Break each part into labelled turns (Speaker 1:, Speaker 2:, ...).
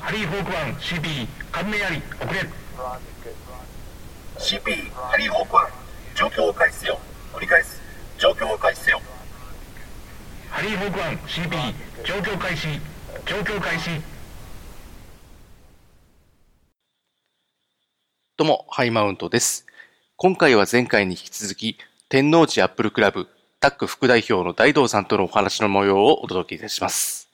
Speaker 1: ークワン CP 関連あり遅れ
Speaker 2: CP ハリーホークワン状況を開始せよ繰り返す状況を開始せよ
Speaker 1: ハリーホークワン CP 状況開始状況開始
Speaker 3: どうも、ハイマウントです。今回は前回に引き続き、天王寺アップルクラブ、タック副代表の大道さんとのお話の模様をお届けいたします。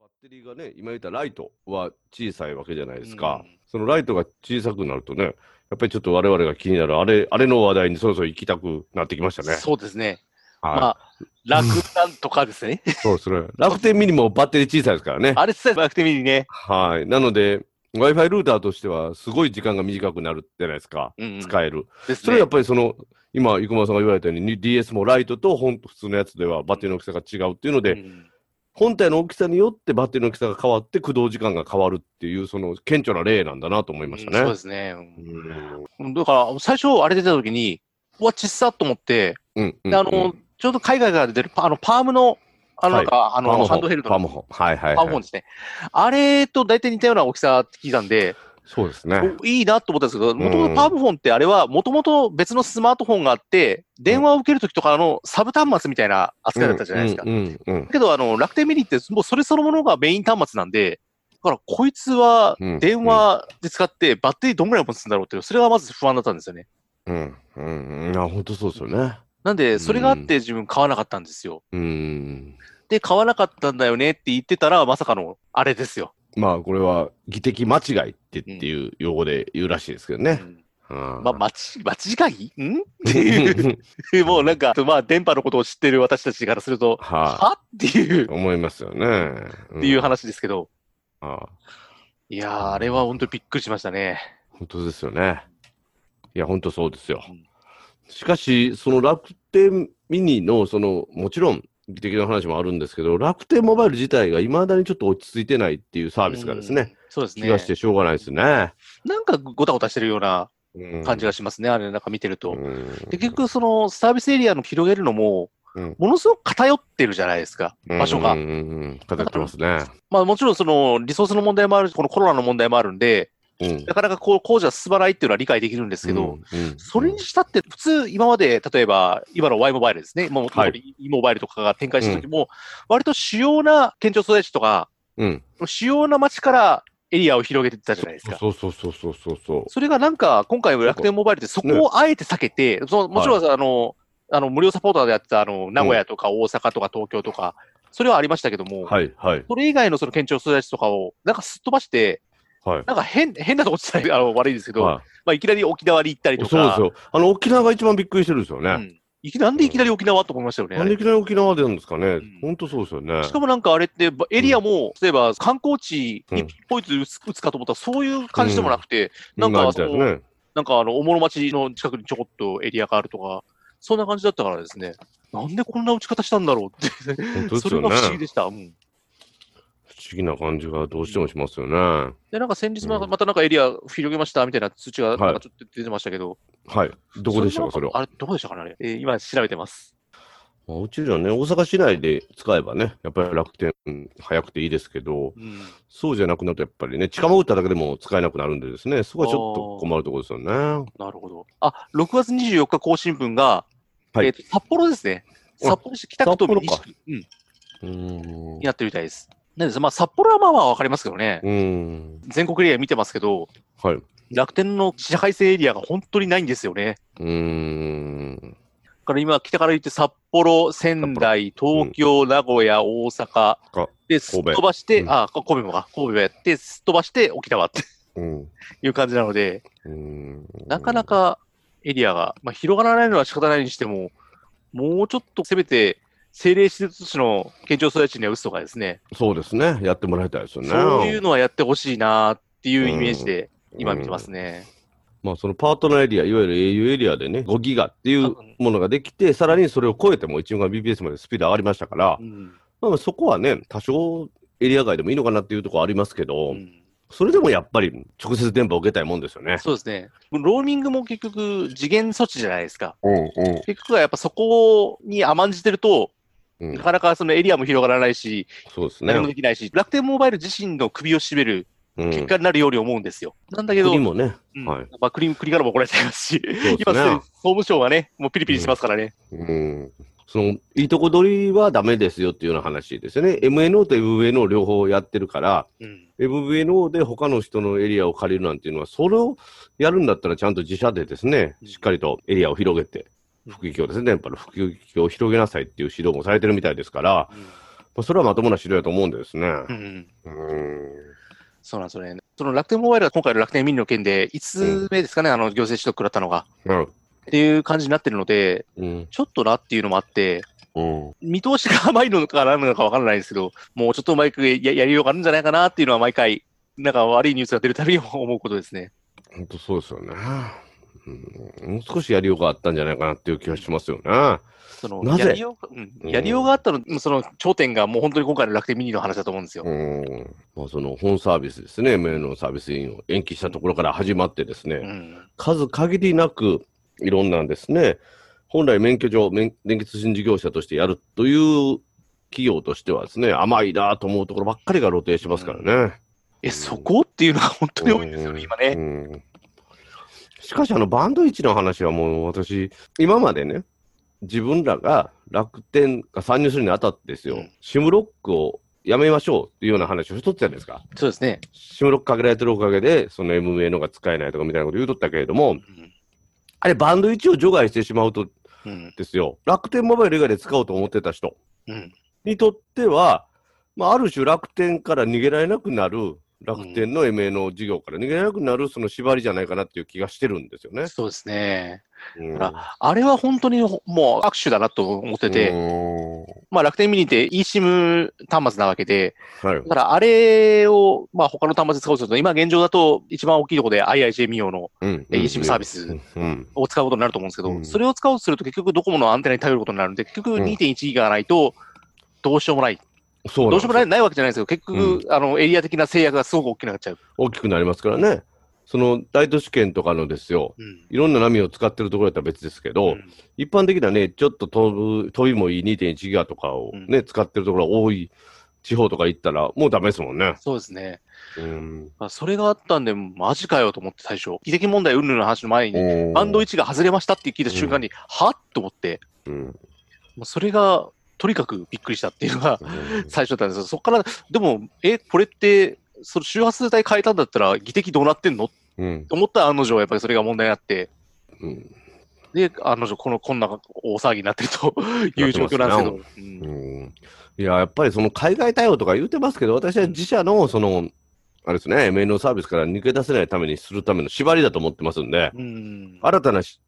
Speaker 4: バッテリーがね、今言ったライトは小さいわけじゃないですか。そのライトが小さくなるとね、やっぱりちょっと我々が気になる、あれ、あれの話題にそろそろ行きたくなってきましたね。
Speaker 3: そうですね。
Speaker 4: はい、
Speaker 3: まあ、楽なんとかですね。
Speaker 4: そうですね。楽天ミニもバッテリー小さいですからね。
Speaker 3: あれさえ楽天ミニね。
Speaker 4: はい。なので、Wi-Fi ルーターとしては、すごい時間が短くなるじゃないですか。
Speaker 3: うんうん
Speaker 4: 使える。
Speaker 3: ですね
Speaker 4: それはやっぱりその、今、生駒さんが言われたように、DS もライトと本、普通のやつではバッテリーの大きさが違うっていうので、
Speaker 3: うん
Speaker 4: 本体の大きさによってバッテリーの大きさが変わって駆動時間が変わるっていう、その顕著な例なんだなと思いましたね。
Speaker 3: うんそうですね。
Speaker 4: うん
Speaker 3: うんだから、最初あれ出た時に、うわ、小さっと思って、
Speaker 4: うんうん
Speaker 3: であの、ちょうど海外から出るパ、あの、パームの、あの、な
Speaker 4: は
Speaker 3: いんか、あ
Speaker 4: パーム
Speaker 3: の、
Speaker 4: ホ
Speaker 3: ハンドヘルド
Speaker 4: パー
Speaker 3: の
Speaker 4: ムホン。はいはい、
Speaker 3: パームホ
Speaker 4: は
Speaker 3: ン
Speaker 4: い。
Speaker 3: ですね。あれと大体似たような大きさって聞いたんで、
Speaker 4: そうですね。
Speaker 3: おいいなと思ったんですけど、もとも
Speaker 4: う
Speaker 3: と
Speaker 4: ん
Speaker 3: パームフォンってあれは、もともと別のスマートフォンがあって、電話を受けるときとかのサブ端末みたいな扱いだったじゃないですか。
Speaker 4: うんうんうん
Speaker 3: けど、あの、楽天ミニって、もうそれそのものがメイン端末なんで、だから、こいつは
Speaker 4: うん
Speaker 3: 電話で使ってバッテリーどんぐらい持つんだろうっていう、それがまず不安だったんですよね。
Speaker 4: うんうんうん。いや、本当そうですよね。
Speaker 3: なんで、それがあって自分買わなかったんですよ。
Speaker 4: うん。
Speaker 3: で、買わなかったんだよねって言ってたら、まさかの、あれです よ。
Speaker 4: まあ、これは、技的間違いってっていう用語で言うらしいですけどね。うん
Speaker 3: ま、待ち、待ちがいいんっていう。 もうなんか、まあ、電波のことを知ってる私たちからすると、
Speaker 4: は
Speaker 3: はっていう
Speaker 4: い。、思いますよね。っ
Speaker 3: っていう。話ですけど、
Speaker 4: あ
Speaker 3: いやー、あれは本当びっくりしましたね。
Speaker 4: 本当ですよね。いや、本当そうですよ
Speaker 3: うん。
Speaker 4: しかし、その楽天ミニの、その、もちろん、技的な話もあるんですけど、楽天モバイル自体がいまだにちょっと落ち着いてないっていうサービスがですね、
Speaker 3: そうです
Speaker 4: 気が
Speaker 3: ね
Speaker 4: し。てしょうがないですね。
Speaker 3: なんかごたごたしてるような感じ
Speaker 4: が
Speaker 3: がしますね、あれなんか見てると。で、結
Speaker 4: 結
Speaker 3: 局、そのサービスエリアの広げるのも
Speaker 4: うん、
Speaker 3: ものすごく偏ってるじゃないですか、場所が。
Speaker 4: 語ってますね。
Speaker 3: まあもちろんそのリソースの問題もあるし、このコロナの問題もあるんで、
Speaker 4: うん。
Speaker 3: なかなかこう工事は進まないっていうのは理解できるんですけど、
Speaker 4: うん、うん
Speaker 3: それにしたって、普通、今まで、例えば、今の Y モバイルですね、もう、
Speaker 4: はい
Speaker 3: E モバイルとかが展開した時も、割と主要な県庁所在地とか、
Speaker 4: うん
Speaker 3: 主要な町からエリアを広げていったじゃないですか。
Speaker 4: そうそうそうそうそうそう。
Speaker 3: それがなんか、今回楽天モバイルってそこをあえて避けて、そのもちろん、あの、あの無料サポーターでやってた、あの、名古屋とか大阪とか東京とか、それはありましたけども、
Speaker 4: はいはい
Speaker 3: それ以外のその県庁所在地とかを、なんかすっ飛ばして、
Speaker 4: はい。
Speaker 3: なんか変、変なとこ落ちたらあの悪いですけど、
Speaker 4: は
Speaker 3: まあ、いきなり沖縄に行ったり
Speaker 4: い、
Speaker 3: とか、
Speaker 4: そうですよ。あの、沖縄が一番びっくりしてるんですよね。
Speaker 3: うんいきなんでいきなり沖縄と思いましたよね。
Speaker 4: なんでいきなり沖縄でなんですかね
Speaker 3: ん。
Speaker 4: 本当そうですよね。
Speaker 3: しかもなんかあれって、ばエリアも、例えば観光地にポイント打つ打つかと思ったら、そういう感じでもなくて、なんか
Speaker 4: 今みたいですね。
Speaker 3: なんかあの、大物町の近くにちょこっとエリアがあるとか、そんな感じだったからですね、なんでこんな打ち方したんだろうって、
Speaker 4: 本当で
Speaker 3: そ
Speaker 4: す
Speaker 3: れ
Speaker 4: よ
Speaker 3: が
Speaker 4: ね。
Speaker 3: 不
Speaker 4: 不
Speaker 3: 思
Speaker 4: 思
Speaker 3: 議でした。うん
Speaker 4: 議な感じがどうしてもしますよね。は
Speaker 3: で、なんか先日も
Speaker 4: うん
Speaker 3: またなんかエリア広げましたみたいな通知が
Speaker 4: い
Speaker 3: なんかちょっと出てましたけど、
Speaker 4: い。どこでしたか、それ
Speaker 3: もなん
Speaker 4: は。
Speaker 3: あれ、どこでしたかね、あれ。えー今調べてます。
Speaker 4: まあうちらね、大阪市内で使えばね、やっぱり楽天うん早くていいですけど、
Speaker 3: うん
Speaker 4: そうじゃなくなるとやっぱりね、近場打っただけでも使えなくなるんでですね、そこはちょっと困るところですよね。
Speaker 3: なるほど。あ、6月24日更新分が、
Speaker 4: はい
Speaker 3: えーと札幌ですね。
Speaker 4: あ
Speaker 3: 札幌市北区と
Speaker 4: 札幌か
Speaker 3: 西区、うん、に
Speaker 4: うーん。
Speaker 3: なってるみたいです。なんですまあ、札幌はまあまあわかりますけどね
Speaker 4: う。ーん。
Speaker 3: 全国エリア見てますけど、
Speaker 4: はい。う
Speaker 3: 楽天の社会性エリアが本当にないんですよね。
Speaker 4: ーん。
Speaker 3: だから今、北から言って札幌、仙台、東京、名古屋、大阪
Speaker 4: か、
Speaker 3: で、すっ飛ばして、
Speaker 4: うん
Speaker 3: あ、こ神戸もか、神戸もやって、すっ飛ばして沖縄って
Speaker 4: うん。
Speaker 3: いう感じなので、
Speaker 4: うーん
Speaker 3: なかなかエリアが、まあ、広がらないのは仕方ないにしても、もうちょっとせめて政令施設都市の県庁所在地には打つとかですね、
Speaker 4: そうですね。やってもらいたいですよね。
Speaker 3: そういうのはやってほしいなっていうイメージで今見てます
Speaker 4: ね。
Speaker 3: ね。
Speaker 4: まあ、そのパートナーエリア、いわゆる au エリアでね、5ギガっていうものができて、さらにそれを超えても1 Mbps までスピード上がりましたから、
Speaker 3: うん
Speaker 4: まあ、そこはね、多少エリア外でもいいのかなっていうところありますけど、
Speaker 3: うん
Speaker 4: それでもやっぱり直接電波を受けたいもんですよね。
Speaker 3: そうですね。ローミングも結局次元措置じゃないですか。
Speaker 4: うんうん。
Speaker 3: 結局はやっぱそこに甘んじてると、
Speaker 4: うん
Speaker 3: な、かなかそのエリアも広がらないし、
Speaker 4: そうですね
Speaker 3: 何。もできないし、楽天モバイル自身の首を絞める
Speaker 4: うん
Speaker 3: 結果になるように思うんですよ。なんだけど、
Speaker 4: 国もね、
Speaker 3: うん
Speaker 4: はい。
Speaker 3: まあ、国国からも怒られちゃいますし、
Speaker 4: そうで
Speaker 3: 今
Speaker 4: す
Speaker 3: すでに総。
Speaker 4: ね
Speaker 3: 務省がね、もうピリピリしてますからね。
Speaker 4: うん。その、いいとこ取りはダメですよっていうような話ですよね。MNO と MVNO 両方やってるから、
Speaker 3: うん。
Speaker 4: MVNO で他の人のエリアを借りるなんていうのは、それをやるんだったらちゃんと自社でですね、
Speaker 3: うん
Speaker 4: しっかりとエリアを広げて、
Speaker 3: うん
Speaker 4: 副業ですね、やっぱり副業を広げなさいっていう指導もされてるみたいですから、まあ、それはまともな指導やと思うんですね。
Speaker 3: うんうん
Speaker 4: うん。
Speaker 3: そうなんですよね。その楽天モバイルは今回の楽天ミニの件で、5つ目ですかね、あの行政指導食らったのが。
Speaker 4: うん。
Speaker 3: っていう感じになってるので、
Speaker 4: うん。
Speaker 3: ちょっとなっていうのもあって、
Speaker 4: うん。
Speaker 3: 見通しが甘いのかなのかわからないですけど、もうちょっとうまくややりようがあるんじゃないかなっていうのは毎回、なんか悪いニュースが出るたびに思うことですね。
Speaker 4: 本当そうですよね。うん、もう少しやりようがあったんじゃないかなっていう気がしますよね。
Speaker 3: その
Speaker 4: なぜ
Speaker 3: やりようが、うん、やりようがあったの、その頂点がもう本当に今回の楽天ミニの話だと思うんですよ。
Speaker 4: うん。まあ、その本サービスですね、MN のサービス委員を延期したところから始まってですね、
Speaker 3: うん。
Speaker 4: 数限りなくいろんなんですね、本来免許上、免電気通信事業者としてやるという企業としてはですね、甘いなと思うところばっかりが露呈しますからね。
Speaker 3: え、そこっていうのが本当に多いんですよね、今ね。
Speaker 4: うんしかし、あの、バンドイチの話はもう私、今までね、自分らが楽天が参入するにあたってですよ、
Speaker 3: うん
Speaker 4: シムロックをやめましょうっていうような話をしとったじゃないですか。
Speaker 3: そうですね。
Speaker 4: シムロックかけられてるおかげで、その MA のが使えないとかみたいなこと言うとったけれども、あれ、バンドイチを除外してしまうと
Speaker 3: うん。
Speaker 4: ですよ、楽天モバイル以外で使おうと思ってた人
Speaker 3: うん。
Speaker 4: にとっては、まあ、ある種楽天から逃げられなくなる、楽天の MA の事業から逃げられなくなる、その縛りじゃないかなっていう気がしてるんですよね。
Speaker 3: そうですね。
Speaker 4: うん
Speaker 3: ああれは本当にほもう握手だなと思ってて、まあ楽天ミニって eSIM 端末なわけで、
Speaker 4: うんはい
Speaker 3: だからあれをまあ他の端末で使おうとすると、今現状だと一番大きいところで IIJ 民用の
Speaker 4: うん
Speaker 3: え eSIM サービス
Speaker 4: うん
Speaker 3: を使うことになると思うんですけど、
Speaker 4: うん
Speaker 3: それを使おうとすると結局ドコモのアンテナに頼ることになるんで、結局
Speaker 4: うん
Speaker 3: 2.1ギガがないとどうしようもない。
Speaker 4: そう
Speaker 3: どう
Speaker 4: なんで
Speaker 3: し
Speaker 4: す
Speaker 3: ようもないないわけじゃないですけど、結局、あのエリア的な制約がすごく大きくなっちゃう。
Speaker 4: 大きくなりますからね、その大都市圏とかのですよ、
Speaker 3: うん
Speaker 4: いろんな波を使ってるところだったら別ですけど、
Speaker 3: うん
Speaker 4: 一般的なね、ちょっと飛ぶ飛びもいい2.1ギガとかをね、使ってるところが多い地方とか行ったら、もうダメですもんね。
Speaker 3: そうですね。
Speaker 4: うん、
Speaker 3: まあそれがあったんで、マジかよと思って最初。遺跡問題うんぬんの話の前に、バンド
Speaker 4: イ
Speaker 3: 1が外れましたって聞いた瞬間に、はっと思って、
Speaker 4: うん
Speaker 3: もうそれがとにかくびっくりしたっていうのが最初だったんですよ。そこから、でも、え、これって、その周波数帯変えたんだったら、議的どうなってんのって
Speaker 4: うん
Speaker 3: 思ったら案の定、やっぱりそれが問題になって、
Speaker 4: うん
Speaker 3: で、案の定、この、こんな大騒ぎになってるという状況なんですけど、
Speaker 4: う
Speaker 3: うん
Speaker 4: んいや、やっぱりその海外対応とか言うてますけど、私は自社のその、あれですね、MNO サービスから抜け出せないためにするための縛りだと思ってますんで、
Speaker 3: うん。
Speaker 4: 新たなし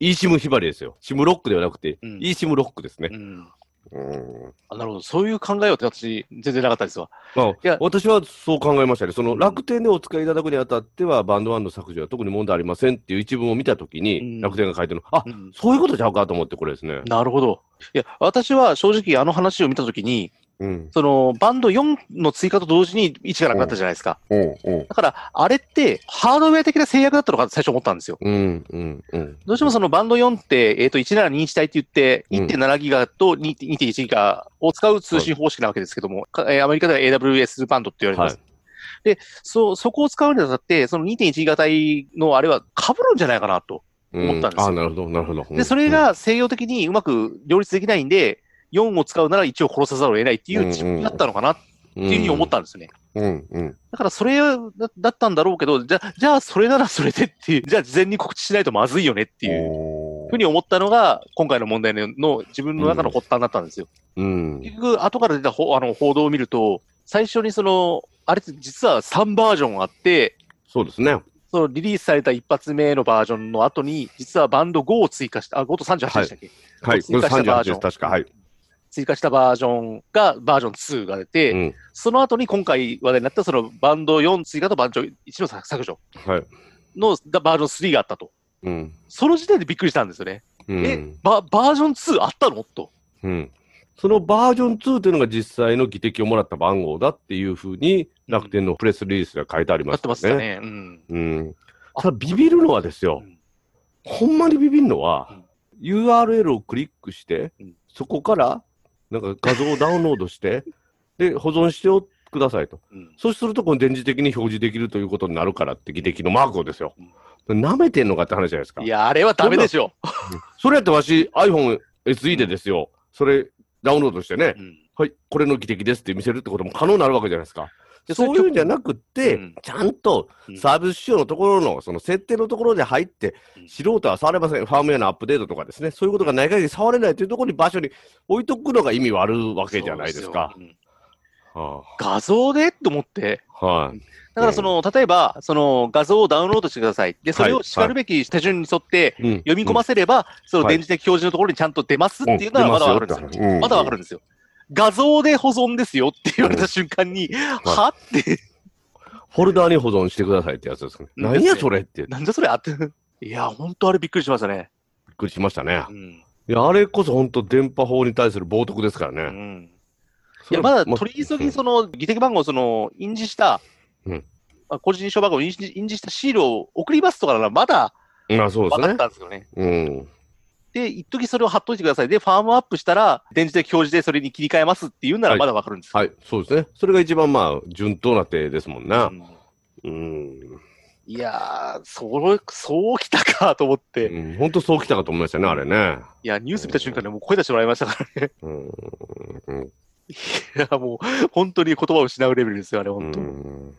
Speaker 4: eSIM 縛りですよ。SIM ロックではなくて、
Speaker 3: うん
Speaker 4: eSIM ロックですね
Speaker 3: う。ん
Speaker 4: うん
Speaker 3: あなるほど。そういう考えは私、全然なかったですわ。
Speaker 4: まあ、
Speaker 3: や
Speaker 4: 私はそう考えましたね。その
Speaker 3: ん
Speaker 4: 楽天でお使いいただくにあたっては、バンド1の削除は特に問題ありませんっていう一文を見たとき
Speaker 3: うん
Speaker 4: に、楽天が書いてるの、あ
Speaker 3: うん
Speaker 4: そういうことちゃうかと思って、これですね。
Speaker 3: なるほど。いや、私は正直あの話を見たときに、
Speaker 4: うん。
Speaker 3: そのバンド4の追加と同時に1がなくなったじゃないですか。
Speaker 4: おうおう
Speaker 3: だから、あれってハードウェア的な制約だったのかって最初思ったんですよ。
Speaker 4: うんうんうん。
Speaker 3: どうしてもそのバンド4って、えっ、と、1721体って言って、
Speaker 4: うん
Speaker 3: 1.7ギガと2 2.1ギガを使う通信方式なわけですけども、かえーアメリカでは AWS バンドって言われてま
Speaker 4: は
Speaker 3: す。
Speaker 4: い。
Speaker 3: そう、そこを使うにあたって、その2.1ギガ帯のあれは被るんじゃないかなと。
Speaker 4: う
Speaker 3: 思ったんですよ
Speaker 4: あなるほど、なるほど。うん
Speaker 3: で、それが西洋的にうまく両立できないんで、4を使うなら1を殺さざるを得ないっていう自分だったのかなって
Speaker 4: うん
Speaker 3: いうふうに思ったんですよね。
Speaker 4: うんうん。
Speaker 3: だからそれだだったんだろうけど、じゃあ、じゃあそれならそれでっていう、じゃあ事前に告知しないとまずいよねっていう
Speaker 4: お
Speaker 3: ふう
Speaker 4: ー
Speaker 3: に思ったのが、今回の問題のの自分の中の発端だったんですよ。
Speaker 4: うん。
Speaker 3: 結局、後から出たほあの報道を見ると、最初にその、あれって実は3バージョンあって、
Speaker 4: そうですね。
Speaker 3: そのリリースされた一発目のバージョンの後に、実はバンド5を追加した、あ、5と38でしたっけ、
Speaker 4: はい。こ
Speaker 3: 追
Speaker 4: れ
Speaker 3: 加したバー
Speaker 4: 38
Speaker 3: ジョ
Speaker 4: で
Speaker 3: ン
Speaker 4: す、確か。はい。
Speaker 3: 追加したバージョンが、バージョン2が出て、
Speaker 4: うん。
Speaker 3: その後に今回話題になったそのバンド4追加とバンド1の削除
Speaker 4: はい。
Speaker 3: のだバージョン3があったと。
Speaker 4: うん。
Speaker 3: その時点でびっくりしたんですよね。
Speaker 4: うん
Speaker 3: えバ、バージョン2あったのと。
Speaker 4: うん、そのバージョン2というのが実際の議的をもらった番号だっていうふうに楽天のプレスリリースが書いてあり
Speaker 3: な
Speaker 4: ま
Speaker 3: っ
Speaker 4: してた
Speaker 3: ま
Speaker 4: ね。
Speaker 3: したね。うん。
Speaker 4: うん、ただビビるのはですよ、ほんまにビビるのは、URL をクリックして、
Speaker 3: うん
Speaker 4: そこからなんか画像をダウンロードして、で、保存しておくださいと。
Speaker 3: うん
Speaker 4: そうすると、この電磁的に表示できるということになるからって、技的のマークをですよ。舐めてんのかって話じゃないですか
Speaker 3: い。や、あれはダメでしょ。
Speaker 4: それやってわし、iPhone SE でですよ。それ、ダウンロードしてね、
Speaker 3: うん
Speaker 4: はい、これの技的ですって見せるってことも可能になるわけじゃないですか。
Speaker 3: で
Speaker 4: そういうんじゃなくって、
Speaker 3: うん
Speaker 4: ちゃんと
Speaker 3: うん
Speaker 4: サービス仕様のところの、その設定のところで入って
Speaker 3: うん、
Speaker 4: 素人は触れません。ファームウェアのアップデートとかですね、そういうことがない限り触れないというところに場所に置いとくのが意味はあるわけじゃないですか。。
Speaker 3: そうようん
Speaker 4: は
Speaker 3: 画像でと思って。
Speaker 4: あはい。
Speaker 3: だからその、例えば、その画像をダウンロードしてください。で、それをしかるべき手順に沿って
Speaker 4: うん
Speaker 3: 読み込ませれば、その
Speaker 4: はい
Speaker 3: 電磁的表示のところにちゃんと出ますっていうのは
Speaker 4: うん
Speaker 3: まだわかるんです
Speaker 4: 出
Speaker 3: よ。
Speaker 4: ますようん
Speaker 3: まだわかるんですよ。画像で保存ですよって言われた瞬間に、はって、
Speaker 4: フォルダーに保存してくださいってやつですね。
Speaker 3: うん
Speaker 4: 何やそれってびっ
Speaker 3: なんだそれあって。いや、本当あれびっくりしましたね。
Speaker 4: くりしましたね
Speaker 3: う。ん。
Speaker 4: いや、あれこそ本当電波法に対する冒涜ですから
Speaker 3: う
Speaker 4: ね。
Speaker 3: ん、
Speaker 4: そ
Speaker 3: い
Speaker 4: れ
Speaker 3: や、ま
Speaker 4: は
Speaker 3: だ取り急ぎ、
Speaker 4: うん
Speaker 3: その、議的番号をその、印字した、
Speaker 4: うん
Speaker 3: まあ個人認証番号を印字印字したシールを送りますとかならまだ
Speaker 4: まあそうで
Speaker 3: 分
Speaker 4: す
Speaker 3: か
Speaker 4: ね
Speaker 3: っ。たんですよね。
Speaker 4: うん。
Speaker 3: で、一時それを貼っといてください。で、ファームアップしたら、電磁的表示でそれに切り替えますっていうなら
Speaker 4: はい
Speaker 3: まだわかるんですよ。
Speaker 4: はい、そうですね。それが一番まあ、順当な手ですもんな
Speaker 3: う。ん
Speaker 4: うん。
Speaker 3: いやー、そう、そうきたかと思って、い
Speaker 4: 本当そうきたかと思いましたね、あれね。
Speaker 3: や、ニュース見た瞬間にもう声出してもらいましたからね。
Speaker 4: うん。うん
Speaker 3: いや、もう、本当に言葉を失うレベルですよ、あれ、本当に。
Speaker 4: うん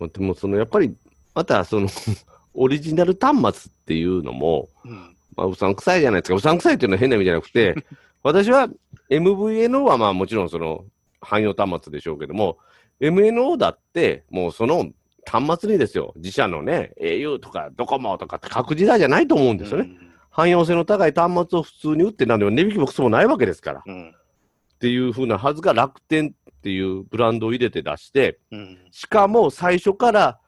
Speaker 4: まあ、でも、その、やっぱり、また、その、 オリジナル端末っていうのも、
Speaker 3: うん
Speaker 4: まあ、うさんくさいじゃないですか。うさんくさいっていうのは変な意味じゃなくて、 私は MVNO はまあもちろんその汎用端末でしょうけども、MNO だってもうその端末にですよ、自社のね、au とかドコモとかって各時代じゃないと思うんですよね。汎用性の高い端末を普通に打ってなんでも値引きもクソもないわけですから。っ
Speaker 3: うん。
Speaker 4: ていう風なはずが楽天っていうブランドを入れて出して、
Speaker 3: うん。
Speaker 4: しかも最初から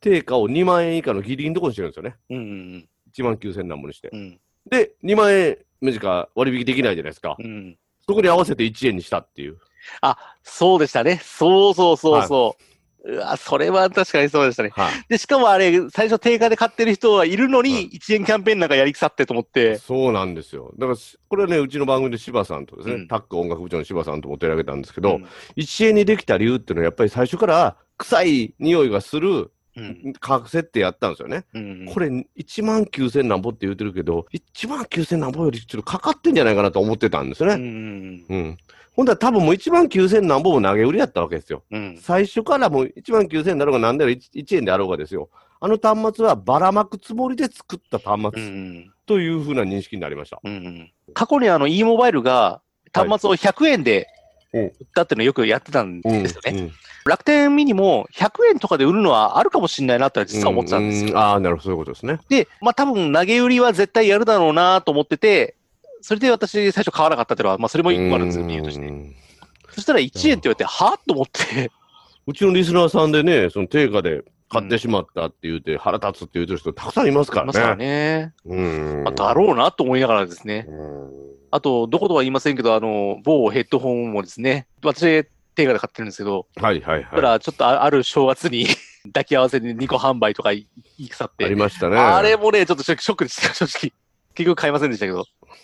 Speaker 4: 定価を2万円以下のギリギリのところにしてるんですよね。
Speaker 3: うん。うん。
Speaker 4: 1万9000何もにして。
Speaker 3: うん。
Speaker 4: で、2万円目しか割引できないじゃないですか。
Speaker 3: うん。
Speaker 4: そこに合わせて1円にしたっていう。
Speaker 3: そうでしたね。そうそうそうそう。うわ、それは確かにそうでしたね。
Speaker 4: はい。
Speaker 3: で、しかもあれ、最初定価で買ってる人はいるの
Speaker 4: は
Speaker 3: に、
Speaker 4: い
Speaker 3: 1円キャンペーンなんかやり腐ってと思って。
Speaker 4: そうなんですよ。だからし、これはね、うちの番組で柴さんとですね、
Speaker 3: うん
Speaker 4: タック音楽部長の柴さんとも取り上げたんですけど、
Speaker 3: うん
Speaker 4: 1円にできた理由っていうのは、やっぱり最初から臭い匂いがする
Speaker 3: うん
Speaker 4: 価格設定やったんですよね。
Speaker 3: うん
Speaker 4: これ、1万9000なんぼって言うてるけど、1万9000なんぼよりちょっとかかってんじゃないかなと思ってたんですよ
Speaker 3: う
Speaker 4: ね。
Speaker 3: ん
Speaker 4: うん。ほんだら多分もう1万9000なんぼも投げ売りやったわけですよ。
Speaker 3: うん
Speaker 4: 最初からもう1万9000円だろうが何だろう 1, 円であろうがですよ。あの端末はばらまくつもりで作った端
Speaker 3: う
Speaker 4: 末
Speaker 3: ん
Speaker 4: というふうな認識になりました。
Speaker 3: うん過去にあの e モバイルが端末を100円で
Speaker 4: うん
Speaker 3: 売ったっていうのをよくやってたんですよね。
Speaker 4: うん
Speaker 3: 楽天ミニも100円とかで売るのはあるかもしれないなとは実は思ってたんです
Speaker 4: う
Speaker 3: よ。
Speaker 4: うああ、なるほど、そういうことですね。
Speaker 3: で、まあ多分投げ売りは絶対やるだろうなと思ってて、それで私最初買わなかったっていうのは、まあそれも一個あるんですよ、理由として
Speaker 4: う。ん
Speaker 3: そしたら1円って言われて、はぁと思って。
Speaker 4: うちのリスナーさんでね、その定価で買ってしまったって言って、腹立つって言うてる人たくさんいますか
Speaker 3: い
Speaker 4: ら
Speaker 3: ま
Speaker 4: ね。
Speaker 3: すからね。
Speaker 4: うん。
Speaker 3: まあ、だろうなと思いながらですね。
Speaker 4: うん
Speaker 3: あと、どことは言いませんけど、あの、某ヘッドホンもですね、私、定価で買ってるんですけど、
Speaker 4: はいはい
Speaker 3: だか
Speaker 4: は
Speaker 3: らちょっとあある正月に 抱き合わせで2個販売とかいいくさっ
Speaker 4: い。あり
Speaker 3: て、
Speaker 4: ましたね。
Speaker 3: あれもね、ちょっとショショックでした、正直。結局買いませんでしたけど。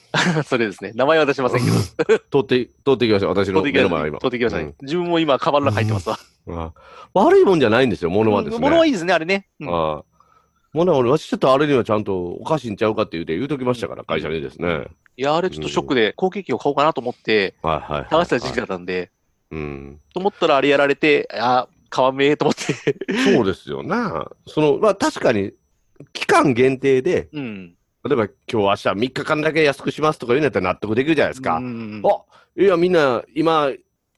Speaker 3: それですね。名前は出しませんけど、
Speaker 4: 取って、取ってきました。私
Speaker 3: 取
Speaker 4: の
Speaker 3: って
Speaker 4: 目
Speaker 3: きまし
Speaker 4: の前
Speaker 3: た
Speaker 4: は
Speaker 3: ね
Speaker 4: 今。。
Speaker 3: 取ってきましたね。自分も今、カバンの中入ってますわ。
Speaker 4: うんあ悪いもんじゃないんですよ、物はですね。
Speaker 3: 物はいいですね、あれね。うん
Speaker 4: ああ。もうね、俺、わしちょっとあれにはちゃんとおかしいんちゃうかって言うて言うときましたから、会社にですね。はい
Speaker 3: いや、あれちょっとショックで、後継機を買おうかなと思って、
Speaker 4: はいはい。
Speaker 3: 探した時期だったんで、
Speaker 4: うん。
Speaker 3: と思ったらあれやられて、あ、買わめえと思って。
Speaker 4: そうですよな。その、まあ確かに、期間限定で、
Speaker 3: うん。
Speaker 4: 例えば今日明日3日間だけ安くしますとか言うんだったら納得できるじゃないですか。
Speaker 3: うん
Speaker 4: あいや、みんな、今、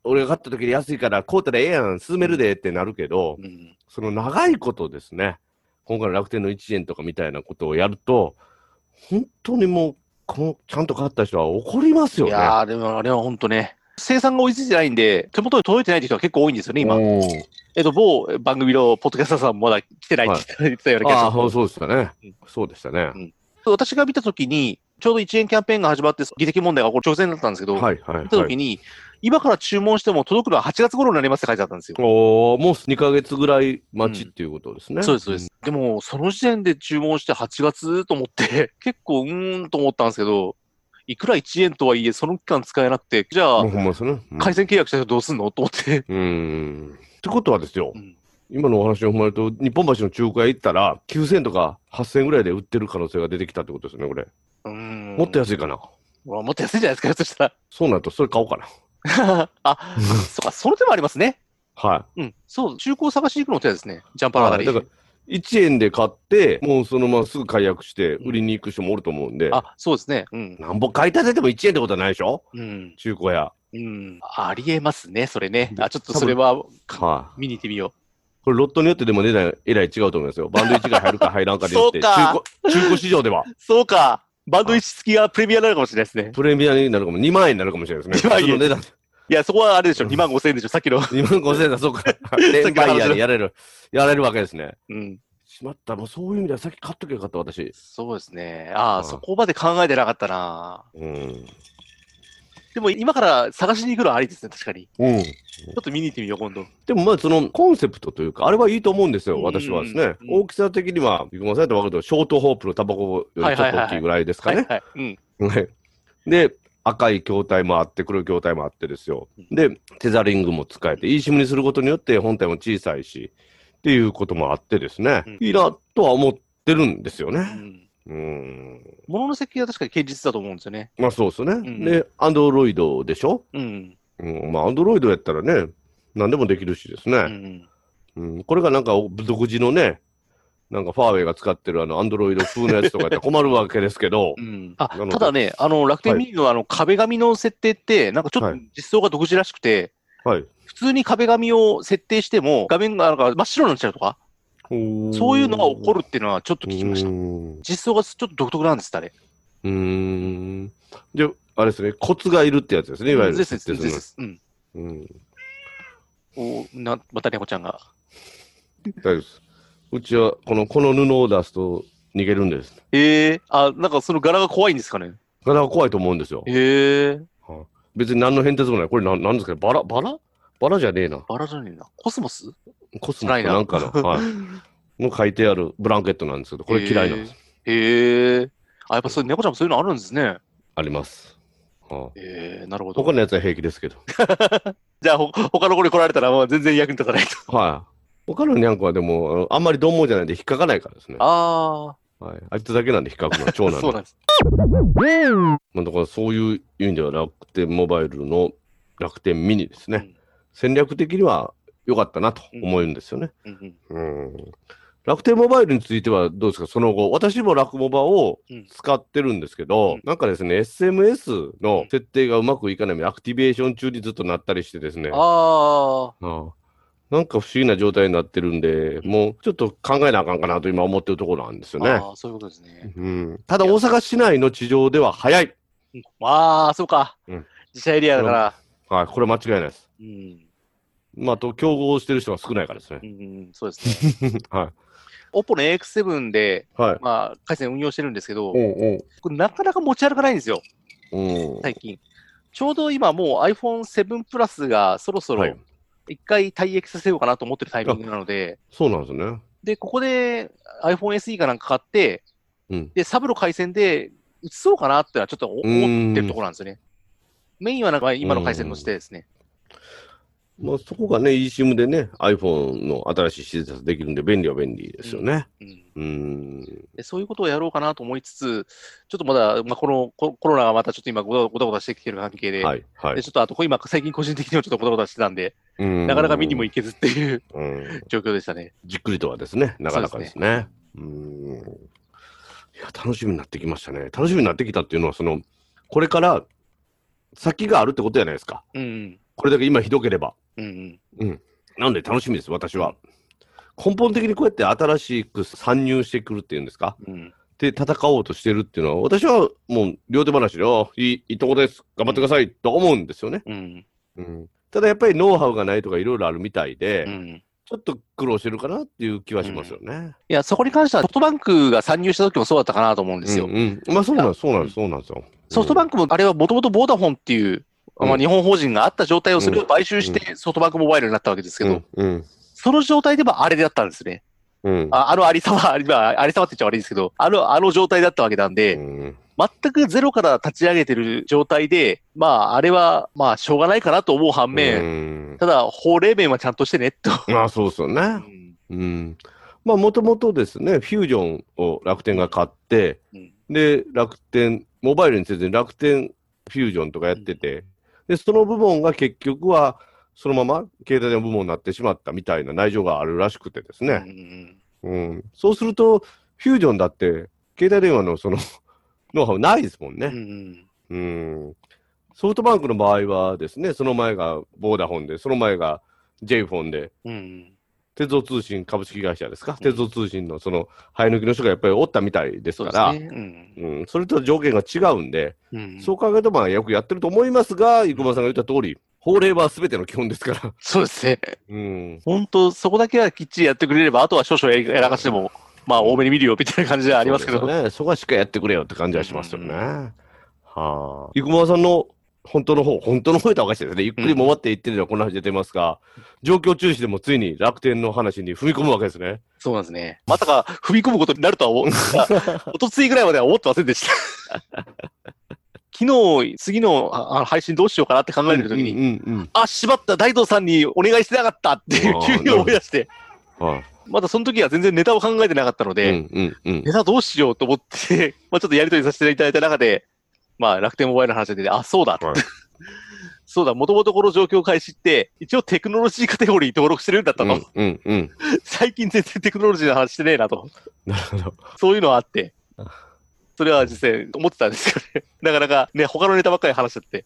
Speaker 4: 俺が買った時に安いから、こうたらええやん、進めるでってなるけど、
Speaker 3: うん
Speaker 4: その長いことですね、今回の楽天の1円とかみたいなことをやると、本当にもう、このちゃんと買った人は怒りますよ
Speaker 3: い
Speaker 4: ね。
Speaker 3: やー、でもあれは本当ね、生産が追いついてないんで、手元に届いてないって人が結構多いんですよね、今。
Speaker 4: おー
Speaker 3: えっと、某番組のポッドキャスターさんもまだ来てないって言ってたような気
Speaker 4: あ
Speaker 3: が
Speaker 4: あ、
Speaker 3: しま
Speaker 4: そう
Speaker 3: す
Speaker 4: そうでしたね
Speaker 3: うん。
Speaker 4: そうでしたね。
Speaker 3: 私が見たときに、ちょうど1円キャンペーンが始まって、議的問題が起こる直前だったんですけど、
Speaker 4: はいはい、
Speaker 3: 見たと
Speaker 4: は
Speaker 3: き
Speaker 4: い。
Speaker 3: に、今から注文しても届くのは8月頃になりますって書いてあったんですよ。
Speaker 4: おーもう2ヶ月ぐらい待ちっていうことですね。
Speaker 3: そうです、そうです。でも、その時点で注文して8月と思って、結構うーんと思ったんですけど、いくら1円とはいえ、その期間使えなくて、じゃあ
Speaker 4: もう、ほんまその、うん
Speaker 3: 回線契約した人どうすんのと思って。
Speaker 4: うーん。ってことはですよ、
Speaker 3: うん
Speaker 4: 今のお話を踏まえると、日本橋の中古屋行ったら、9000とか8000ぐらいで売ってる可能性が出てきたってことですね、これ。も
Speaker 3: も
Speaker 4: っと安いかな。
Speaker 3: もっと安いじゃないですか、そしたら。
Speaker 4: そうなると、それ買おうかな。
Speaker 3: あ、そうか、その手もありますね。
Speaker 4: は
Speaker 3: うん、そう、中古を探しに行くの手ですね、ジャン
Speaker 4: い。
Speaker 3: パーあたり。
Speaker 4: だから、1円で買って、もうそのまますぐ解約して、売りに行く人もおると思うんで、
Speaker 3: あ、そうですね。うん。
Speaker 4: なんぼ買い立てても1円ってことはないでしょ
Speaker 3: うん。
Speaker 4: 中古屋。
Speaker 3: うん。ありえますね、それね。あ、ちょっと
Speaker 4: 多分
Speaker 3: それは
Speaker 4: は
Speaker 3: 見に行ってみよ
Speaker 4: い。これ、ロットによってでも値段、えらい違うと思いますよ。バンド1が入るか入らんかで言っ て、
Speaker 3: そうか
Speaker 4: 中古、中古市場では
Speaker 3: う。。そうか。バンド1付きがプレミアになるかもしれないですね。
Speaker 4: プレミアになるかも、2万円になるかもしれないです
Speaker 3: 2
Speaker 4: ね。
Speaker 3: 万円
Speaker 4: 普通の値段
Speaker 3: いや、そこはあれでしょ、
Speaker 4: うん
Speaker 3: 2万5千円でしょ、さっきの。
Speaker 4: 2万5000円だ、そ うか。転売屋にやれる、やれるわけですね。
Speaker 3: うん。
Speaker 4: しまった、もうそういう意味ではさっき買っとけばよかった、私。
Speaker 3: そうですね。ああ、
Speaker 4: うん
Speaker 3: そこまで考えてなかったな。
Speaker 4: うん。
Speaker 3: でも今から探しに行くのはありですね、確かに。ち
Speaker 4: うん。
Speaker 3: ょっと見に行ってみよう、今度。
Speaker 4: でもまあそのコンセプトというか、あれはいいと思うんです
Speaker 3: う
Speaker 4: よ、
Speaker 3: ん
Speaker 4: 私はですね。
Speaker 3: うん
Speaker 4: 大きさ的には、ゆくまさんと分かると、ショートホープのタバコよりちょっと大きいぐらいですか
Speaker 3: はい
Speaker 4: ね。
Speaker 3: はい。うん。
Speaker 4: はいで、赤い筐体もあって、黒い筐体もあってですよ。で、テザリングも使えて、eSIM にすることによって本体も小さいし、っていうこともあってですね、
Speaker 3: うん
Speaker 4: いいなとは思ってるんですよ
Speaker 3: う
Speaker 4: ね。
Speaker 3: ん。
Speaker 4: うん。
Speaker 3: ものの設計は確かに堅実だと思うんですよね。
Speaker 4: まあそうですね。
Speaker 3: ん
Speaker 4: で、アンドロイドでしょ
Speaker 3: うん。
Speaker 4: うん、まあ、アンドロイドやったらね、何でもできるしです
Speaker 3: う
Speaker 4: ね。
Speaker 3: ん。
Speaker 4: うん、これがなんかお独自のね、なんかファーウェイが使ってるあの、アンドロイド風のやつとかやったら困るわけですけど
Speaker 3: う、ん。あ、
Speaker 4: なので
Speaker 3: ただね、あの、楽天ミニのあの、壁紙の設定って、なんかちょっ
Speaker 4: は
Speaker 3: と
Speaker 4: い
Speaker 3: 実装が独自らしくて、
Speaker 4: はい。
Speaker 3: 普通に壁紙を設定しても、画面がなんか真っ白になっちゃうとか、そういうのが起こ
Speaker 4: る
Speaker 3: るっていうのはちょっと聞きました
Speaker 4: う。ん。
Speaker 3: 実装がちょっと独特なんです、あれ。
Speaker 4: うーんじゃあ、あれですね、コツがいるってやつですね、いわゆる。
Speaker 3: ですです
Speaker 4: 設定
Speaker 3: です
Speaker 4: る
Speaker 3: です。うん。
Speaker 4: のうん。
Speaker 3: おなまた猫ちゃんが。
Speaker 4: 大丈夫です。うちは、この、この布を出すと逃げるんです。
Speaker 3: ええあ、なんかその柄が怖いんですかね。
Speaker 4: なかなか怖いと思うんですよ。
Speaker 3: ええ
Speaker 4: 別に何の変哲もない。これなん、なんですかね、バラ、バラバラじゃねえな。
Speaker 3: バラじゃねえな。コスモス
Speaker 4: コスモスかなんかの、はい。の書いてあるブランケットなんですけど、これ嫌いなんです。
Speaker 3: ええあ、やっぱそう、猫ちゃんもそういうのあるんですね。
Speaker 4: あります。はあ、
Speaker 3: ええなるほど。
Speaker 4: 他のやつは平気ですけど。
Speaker 3: じゃあ、ほ他の子に来られたら、もう全然役に立たない と。
Speaker 4: はい。他のニャンコはでも、あのあんまりどう思うじゃないんで引っかかないからですね。
Speaker 3: あ
Speaker 4: はい、あいつだけなんで比較の長
Speaker 3: あ、
Speaker 4: 男
Speaker 3: そうなんです。
Speaker 4: まあ、だからそういう意味では楽天モバイルの楽天ミニですね、
Speaker 3: うん
Speaker 4: 戦略的には良かったなと思うんですよね、
Speaker 3: うんうん
Speaker 4: うん楽天モバイルについてはどうですかその後私も楽モバを
Speaker 3: うん
Speaker 4: 使ってるんですけど、
Speaker 3: うん
Speaker 4: なんかですね SMS の設定がうまくいかないアクティベーション中にずっとなったりしてですね
Speaker 3: あ
Speaker 4: ああなんか不思議な状態になってるんで、もうちょっと考えなあかんかなと今思ってるところなんですよ
Speaker 3: ー、
Speaker 4: ね。
Speaker 3: あー、そういうことですね。
Speaker 4: うん、ただ大阪市内の地上では早い。
Speaker 3: ああ、そうか。
Speaker 4: うん
Speaker 3: 自社エリアだから。
Speaker 4: はい、これ間違いないです。
Speaker 3: うん、
Speaker 4: まあ、あと、競合してる人が少ないからですね
Speaker 3: う。ん、そうですね。
Speaker 4: は
Speaker 3: オ p の AX7 で、
Speaker 4: い。はい。
Speaker 3: まあ、回線運用してるんですけど、
Speaker 4: おう
Speaker 3: これなかなか持ち歩かないんですよ、
Speaker 4: おう。うん。
Speaker 3: 最近。ちょうど今、もう iPhone7 プラスがそろそ
Speaker 4: は
Speaker 3: ろ
Speaker 4: い。
Speaker 3: 一回退役させようかなと思ってるタイミングなので、
Speaker 4: そうなんですね。
Speaker 3: で、ここで iPhone SE かなんか買って、
Speaker 4: うん。
Speaker 3: で、サブの回線で移そうかなってのはちょっと思思ってるところなんですよね。メインはなんか今の回線のしてですね。
Speaker 4: まあ、そこがね、eSIM でね、iPhone の新しい施設できるんで、便利は便利ですよね。
Speaker 3: うん
Speaker 4: うん。
Speaker 3: でそういうことをやろうかなと思いつつ、ちょっとまだ、まあ、このココロナがまたちょっと今ごた、ごたごたしてきてる関係で、
Speaker 4: はい。は
Speaker 3: で
Speaker 4: い。
Speaker 3: ちょっとあとこ今、最近個人的にもちょっとごたごたしてたんで、な
Speaker 4: な
Speaker 3: かなか見にも行けずっていう
Speaker 4: うん。
Speaker 3: 状況でしたね。
Speaker 4: じっくりとはですね、なかなかですね。うん。いや、楽しみになってきましたね。楽しみになってきたっていうのは、その、これから先があるってことじゃないですか。
Speaker 3: うん。
Speaker 4: これだけ今ひどければ。
Speaker 3: うんうん。
Speaker 4: なんで楽しみです、私は。根本的にこうやって新しく参入してくるっていうんですか
Speaker 3: うん。
Speaker 4: で、戦おうとしてるっていうのは、私はもう両手話で、あいい、いいとこです、頑張ってください、と思うんですよね。
Speaker 3: うん。
Speaker 4: うん。ただやっぱりノウハウがないとかいろいろあるみたいで、
Speaker 3: うん。い
Speaker 4: ちょっと苦労してるかなっていう気はしますよね。
Speaker 3: や、そこに関してはソフトバンクが参入した時もそうだったかなと思うんですよ。
Speaker 4: うんうんまあそうなんそうなんです、そうなんですよ。
Speaker 3: ソフトバ
Speaker 4: ン
Speaker 3: ンクも、あれはもともとボーダフォンっていう、ま
Speaker 4: う
Speaker 3: あ、
Speaker 4: ん
Speaker 3: 日本法人があった状態をそれを買収してソフトバンクモバイルになったわけですけど、
Speaker 4: うん。
Speaker 3: その状態でもあれだったんですね。
Speaker 4: うん。うん、
Speaker 3: ああのありさま、ありまあありさまって言っちゃ悪いんですけど、あの、あの状態だったわけなんで、
Speaker 4: うん
Speaker 3: 全くゼロから立ち上げてる状態で、まあ、あれは、まあ、しょうがないかなと思う反面、
Speaker 4: 面。
Speaker 3: ただ、法令面はちゃんとしてね、と。
Speaker 4: まあ、そうですよね。うん。まあ、もともとですね、フュージョンを楽天が買って、
Speaker 3: うん
Speaker 4: で、楽天、モバイルにせずに楽天フュージョンとかやってて、で、その部門が結局は、そのまま携帯の部門になってしまったみたいな内情があるらしくてです
Speaker 3: う
Speaker 4: ね。
Speaker 3: ん
Speaker 4: うん、そうすると、フュージョンだって、携帯電話のその ノウハウないですもん
Speaker 3: うんう
Speaker 4: ね、
Speaker 3: ん
Speaker 4: うんソフトバンクの場合はですね、その前がボーダフォンで、その前が J フォンで、
Speaker 3: うん
Speaker 4: 鉄道通信株式会社ですか、
Speaker 3: ん
Speaker 4: 鉄道通信のその生え抜きの人がやっぱりおったみたいです
Speaker 3: そ
Speaker 4: か
Speaker 3: うで
Speaker 4: ら、
Speaker 3: すね。うん
Speaker 4: うん、それとは条件が違うんで、
Speaker 3: うん
Speaker 4: そう考えると、まあ、よくやってると思いますが、生駒さんが言った通り、法令はすべての基本ですから、
Speaker 3: そうですね。
Speaker 4: うん、
Speaker 3: 本当、そこだけはきっちりやってくれれば、あとは少々やらかしても、まあ、多めに見るよみたいな感じではありますけど
Speaker 4: そう。ですね。そこはしっかりやってくれよって感じはしますよね。
Speaker 3: うん
Speaker 4: はあ。生駒さんの本当の方、本当の方言ったらおかしいですね。ゆっくり回っていってるのはこんな話出てますが、状況中止でもついに楽天の話に踏み込むわけですね。
Speaker 3: そうなんですね。まさか踏み込むことになるとは思う。 おとついぐらいまでは思ってませんでした。昨日、次のああ配信どうしようかなって考えてるときに、
Speaker 4: うんうん
Speaker 3: あ、しまった、大道さんにお願いしてなかったっていう
Speaker 4: あー
Speaker 3: 急に思い出して、
Speaker 4: うん。はい。
Speaker 3: まだその時は全然ネタを考えてなかったの
Speaker 4: うん
Speaker 3: で、
Speaker 4: うんうん
Speaker 3: ネタどうしようと思って、 まあちょっとやりとりさせていただいた中で、まあ楽天モバイルの話で、あ、そうだ、
Speaker 4: はい
Speaker 3: そうだ、もともとこの状況開始って、一応テクノロジーカテゴリー登録してるんだった
Speaker 4: う
Speaker 3: と。
Speaker 4: んうんうん。
Speaker 3: 最近全然テクノロジーの話してねえなと。
Speaker 4: なるほど。
Speaker 3: そういうのはあ って、それは実際思ってたんですけどね。 なかなかね、他のネタばっかり話しちゃって。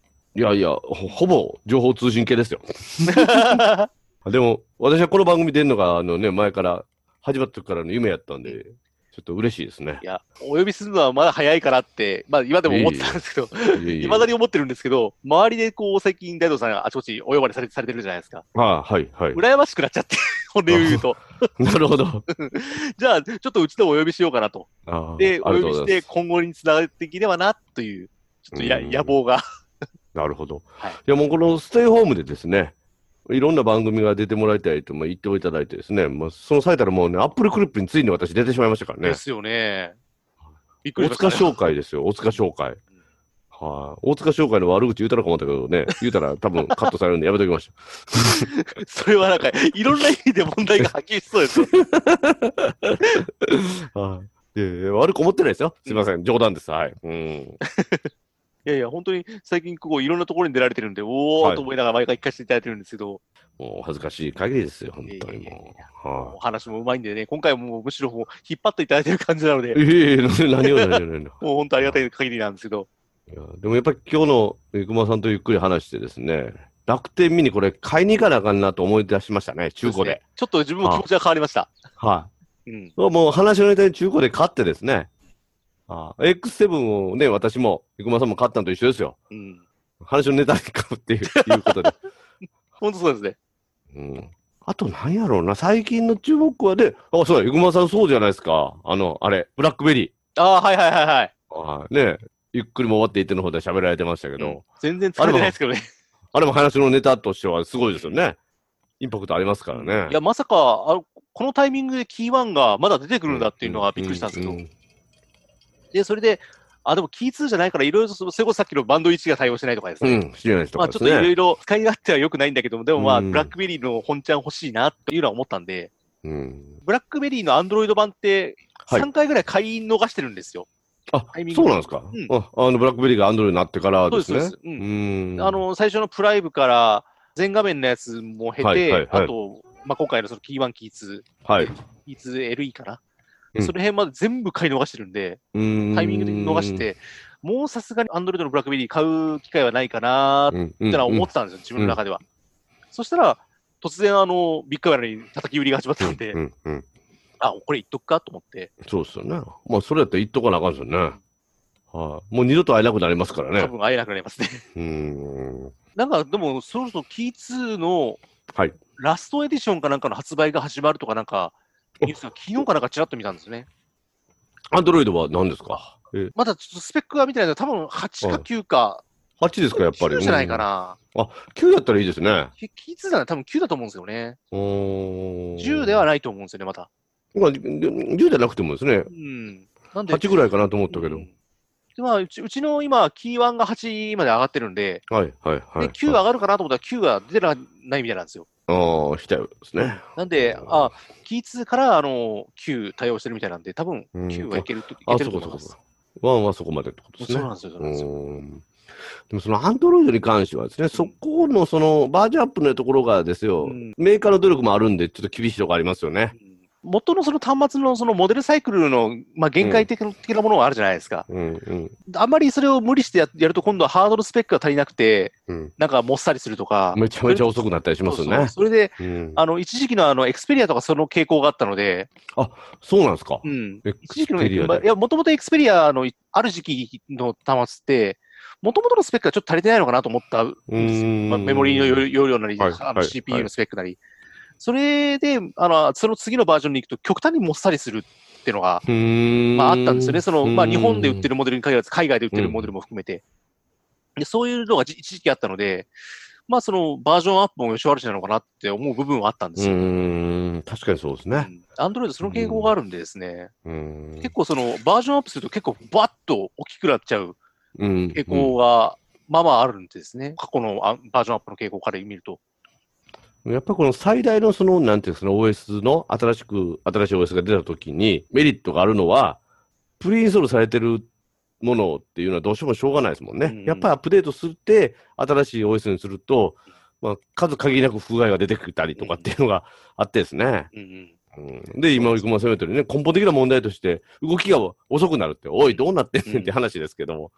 Speaker 4: いやいや、ほほぼ情報通信系ですよ。でも、私はこの番組出るのが、あのね、前から、始まった時からの夢やったんで、ちょっと嬉しいですね
Speaker 3: い。や、お呼びするのはまだ早いかなって、まあ今でも思ってたんですけど、
Speaker 4: い
Speaker 3: いまだ
Speaker 4: に。
Speaker 3: に思ってるんですけど、周りでこう最近大道さんがあちこちお呼ばれされされてるじゃないですか。
Speaker 4: あはいはい。
Speaker 3: 羨ましくなっちゃって、本音を言うと。
Speaker 4: なるほど。
Speaker 3: じゃあ、ちょっとうちでもお呼びしようかなと。
Speaker 4: あー
Speaker 3: で、お
Speaker 4: あり
Speaker 3: 呼
Speaker 4: が
Speaker 3: びし
Speaker 4: とうございま
Speaker 3: て
Speaker 4: す
Speaker 3: 今後につながっていければなという、ちょっとや
Speaker 4: うん
Speaker 3: 野望が。
Speaker 4: なるほど。
Speaker 3: はい
Speaker 4: い、や、もうこのステイホームでですね、いろんな番組が出てもらいたいとまあ言っていただいてですね、まあ、その際たらもうね、アップルクリップについに私出てしまいましたから
Speaker 3: で
Speaker 4: ね。
Speaker 3: すよね。びっくり
Speaker 4: 大
Speaker 3: しました
Speaker 4: 塚
Speaker 3: ね、
Speaker 4: 商会ですよ、大塚商会。はい、大塚商会の悪口言うたら困ったけどね、言うたら多分カットされるんでやめときました。
Speaker 3: それはなんか、いろんな意味で問題がはっきりしそうですよ。
Speaker 4: はい。で、悪く思ってないですよ。すいません、冗談です。はい。うん。
Speaker 3: いやいや、本当に最近ここいろんなところに出られてるんで、お
Speaker 4: は
Speaker 3: ー
Speaker 4: い
Speaker 3: と思いながら毎回聞かせていただいてるんですけど、
Speaker 4: もう恥ずかしい限りですよ、本当
Speaker 3: い
Speaker 4: に
Speaker 3: やいやいやい
Speaker 4: も。
Speaker 3: う
Speaker 4: はい
Speaker 3: お。話もうまいんでね、今回もむしろもう引っ張っていただいてる感じなので、
Speaker 4: いえいえ、何を何を何を何を。
Speaker 3: もう本当ありがたい限りなんですけど、
Speaker 4: いやでもやっぱり今日の生駒さんとゆっくり話してですね、楽天ミニこれ買いに行かなあかんなと思い出しましたね、中古で。
Speaker 3: そうすねちょっと自分も気持ちが変わりました。
Speaker 4: は
Speaker 3: うん。
Speaker 4: い。もう話のネタに中古で買ってですね、あ X7 をね、私も生駒さんも買ったのと一緒ですよ。
Speaker 3: うん。
Speaker 4: 話のネタに買うっていういうことで。
Speaker 3: 本当そうですね。
Speaker 4: うん。あと何やろうな、最近の注目はね、あ、そうだ、生駒さんそうじゃないですか。あの、あれ、ブラックベリー。
Speaker 3: ああ、はいはいはいはい。
Speaker 4: あね、ゆっくりも終わっていっての方で喋られてましたけど、
Speaker 3: うん全然疲れてないですけどね。
Speaker 4: あれも話のネタとしてはすごいですよね。インパクトありますからね。
Speaker 3: いや、まさか、あのこのタイミングでキーワンがまだ出てく
Speaker 4: 来
Speaker 3: るんだっていうのはびっくりしたんですけど、
Speaker 4: うん
Speaker 3: で、それで、あ、でもキー2じゃないから、いろいろ、それこそさっきのバンド1が対応してないとかです
Speaker 4: う
Speaker 3: ね。
Speaker 4: ん、知らない人
Speaker 3: ま
Speaker 4: と
Speaker 3: あ
Speaker 4: か
Speaker 3: ち
Speaker 4: で
Speaker 3: ょっとい
Speaker 4: す
Speaker 3: ろ
Speaker 4: ね。
Speaker 3: いろ使い勝手は良くないんだけども、でもまあ、
Speaker 4: うん
Speaker 3: ブラックベリーの本ちゃん欲しいなっていうのは思ったんで、
Speaker 4: うん
Speaker 3: ブラックベリーのアンドロイド版って、
Speaker 4: はい
Speaker 3: 3回ぐらい買い逃してるんですよ。
Speaker 4: あ
Speaker 3: タイミング
Speaker 4: そうなんですか、
Speaker 3: うん
Speaker 4: ああのブラックベリーがアンドロイドになってからですね。
Speaker 3: そうですそうですうん
Speaker 4: ん
Speaker 3: あの、最初のプライブから、全画面のやつも経て、
Speaker 4: はいはいはい
Speaker 3: あと、まあ、今回のそのキー1、キー2、
Speaker 4: はい、
Speaker 3: キー 2LE かな。
Speaker 4: うん
Speaker 3: その辺まで全部買い逃してるんで、
Speaker 4: タイ
Speaker 3: タイミングで逃して、もうさすがにアンドロイドのブラックベリー買う機会はないかなーっ
Speaker 4: うんうん
Speaker 3: てのは
Speaker 4: うん
Speaker 3: 思ってたんですよ、自分の中では。そしたら、突然、あの、ビッグカメラに叩き売りが始まったんで、
Speaker 4: うんうん
Speaker 3: あ、これ言っとくかと思って、
Speaker 4: そうですよね。まあ、それだったら言っとかなあかんですよね。はい、もう二度と会えなくなりますから
Speaker 3: 多
Speaker 4: ね。
Speaker 3: 分会えなくなりますね。
Speaker 4: うん。
Speaker 3: なんか、でも、そろそろキー2の、
Speaker 4: はい
Speaker 3: ラストエディションかなんかの発売が始まるとか、なんか、
Speaker 4: お
Speaker 3: ニュースが昨日かなんかちらっと見たんですよね。
Speaker 4: アンドロイドは何ですかえ
Speaker 3: まだちょっとスペックが見てないので、多分8か9か、
Speaker 4: ?8 ですか、やっぱり。
Speaker 3: 9じゃないかな。
Speaker 4: うん。9だったらいいですね。
Speaker 3: キー2なら多分9だと思うんですよね。10
Speaker 4: 10
Speaker 3: ではないと思うんですよね、また。
Speaker 4: まあ、10じゃなくてもですね、
Speaker 3: うん。なんで、
Speaker 4: 8ぐらいかなと思ったけど
Speaker 3: う。んでまあ、うちうちの今、キー1が8まで上がってるんで、
Speaker 4: はい、はい、はい。
Speaker 3: で9上がるかなと思ったら9が出てなないみたいなんですよ。
Speaker 4: ああ、来たようですね。
Speaker 3: なんで、
Speaker 4: うん
Speaker 3: あ、キー2からあの9対応してるみたいなんで、多分
Speaker 4: うん
Speaker 3: 9はいけると、い
Speaker 4: あ、
Speaker 3: け
Speaker 4: そ
Speaker 3: ると思
Speaker 4: こそ
Speaker 3: います
Speaker 4: こそ。こ。ワンはそこまでってことです
Speaker 3: そう
Speaker 4: ね。
Speaker 3: なんですよ、そうなんですよ。
Speaker 4: うんでもそのアンドロイドに関してはですね、そこのそのバージョンアップのところがですよ、
Speaker 3: うん
Speaker 4: メーカーの努力もあるんで、ちょっと厳しいところありますよね。
Speaker 3: うん元のその端末のそのモデルサイクルの、まあ、限界的な,、的なものがあるじゃないですか。
Speaker 4: うんうん
Speaker 3: あんまりそれを無理してややると、今度はハードルスペックが足りなくて、
Speaker 4: うん。
Speaker 3: なんかもっさりするとか。
Speaker 4: めちゃめちゃ遅くなったりしますよ
Speaker 3: そうそ
Speaker 4: ね
Speaker 3: う。それで、
Speaker 4: うん
Speaker 3: あの、一時期のあの、エクスペリアとかその傾向があったので、
Speaker 4: そうなんですか
Speaker 3: う。ん。
Speaker 4: エク
Speaker 3: 一時
Speaker 4: ス
Speaker 3: 期
Speaker 4: ペ
Speaker 3: の、
Speaker 4: リア
Speaker 3: まあい
Speaker 4: で。
Speaker 3: や、もともとエクスペリアのい、ある時期の端末って、もともとのスペックがちょっと足りてないのかなと思ったんですよ。
Speaker 4: ーん
Speaker 3: まあ、メモリーの容容量なり、
Speaker 4: はい
Speaker 3: あ
Speaker 4: は
Speaker 3: の
Speaker 4: い
Speaker 3: CPU のスペックなり。それで、あの、その次のバージョンに行くと極端にもっさりするっていうのが、ま
Speaker 4: ま
Speaker 3: あ、あったんですよね。その、まあ、日本で売って
Speaker 4: る。
Speaker 3: るモデルに限らず、海外で売ってるモデルも含めて。で、そういうのがじ一時期あったので、まあ、その、バージョンアップもよし悪しなのかなって思う部分はあったんです
Speaker 4: う
Speaker 3: よ。
Speaker 4: ーん、確かにそうですね。
Speaker 3: アンドロイドその傾向があるんでですね、
Speaker 4: うん
Speaker 3: 結構そのバージョンアップすると結構バッと大きくなっちゃう
Speaker 4: うん
Speaker 3: 傾向が、まあまああるんですね。過去のあバージョンアップの傾向から見ると。
Speaker 4: やっぱりこの最大のその、なんていうんですかね、OS の新しく、新しい OS が出たときにメリットがあるのは、プリインストールされてるものっていうのはどうしてもしょうがないですもんね。
Speaker 3: うん
Speaker 4: やっぱりアップデートするって、新しい OS にすると、まあ、数限りなく不具合が出てきたりとかっていうのがあってですね。
Speaker 3: うんうん
Speaker 4: うんで、今、生駒さんが言ったようにね、根本的な問題として、動きが遅くなるって、おい、どうなってんねんって話ですけども。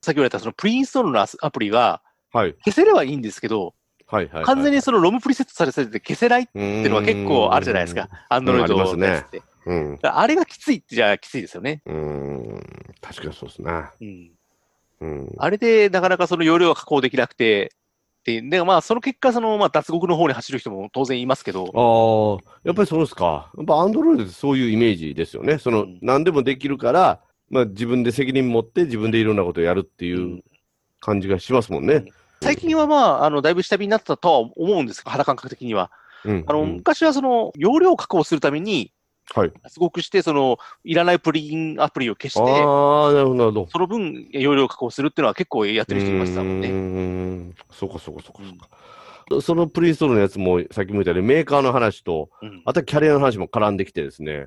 Speaker 3: 先ほど言ったそのプリインストールのアスアプリは
Speaker 4: はい、
Speaker 3: 消せればいいんですけど、
Speaker 4: はい、はい。
Speaker 3: 完全にそのロムプリセットされてて消せないって
Speaker 4: て
Speaker 3: いうのは結構あるじゃないですか。。アンドロイドのやつって。
Speaker 4: うん。
Speaker 3: だからあれがきついってじゃあきついですよね。
Speaker 4: うん。確かにそうですね。
Speaker 3: うん
Speaker 4: うん。
Speaker 3: あれでなかなかその容量が確保できなくて、で、でまあその結果、そのまあ脱獄の方に走る人も当然いますけど、
Speaker 4: ああ、やっぱりそうですか。やっぱアンドロイドってそういうイメージですよね。そうの
Speaker 3: ん、
Speaker 4: 何でもできるから、まあ自分で責任持って自分でいろんなことをやるって
Speaker 3: う
Speaker 4: いうん感じがしますもんね。
Speaker 3: 最近はまあ、あのだいぶ下火になったとは思うんですけど、肌感覚的には。
Speaker 4: うん。
Speaker 3: あの、
Speaker 4: うん
Speaker 3: 昔はその容量を確保するために、
Speaker 4: はい。
Speaker 3: 脱獄して、そのいらないプリンアプリを消して、
Speaker 4: ああ、なるほど、なるほど。
Speaker 3: その分、容量を確保するっていうのは結構やってる人いましたもん
Speaker 4: うー
Speaker 3: ね。
Speaker 4: ん。そうか、そうか、そうか、そうか。そのプリンストールのやつも、さっきも言ったようにメーカーの話と、
Speaker 3: うん
Speaker 4: あとはキャリアの話も絡んできてですね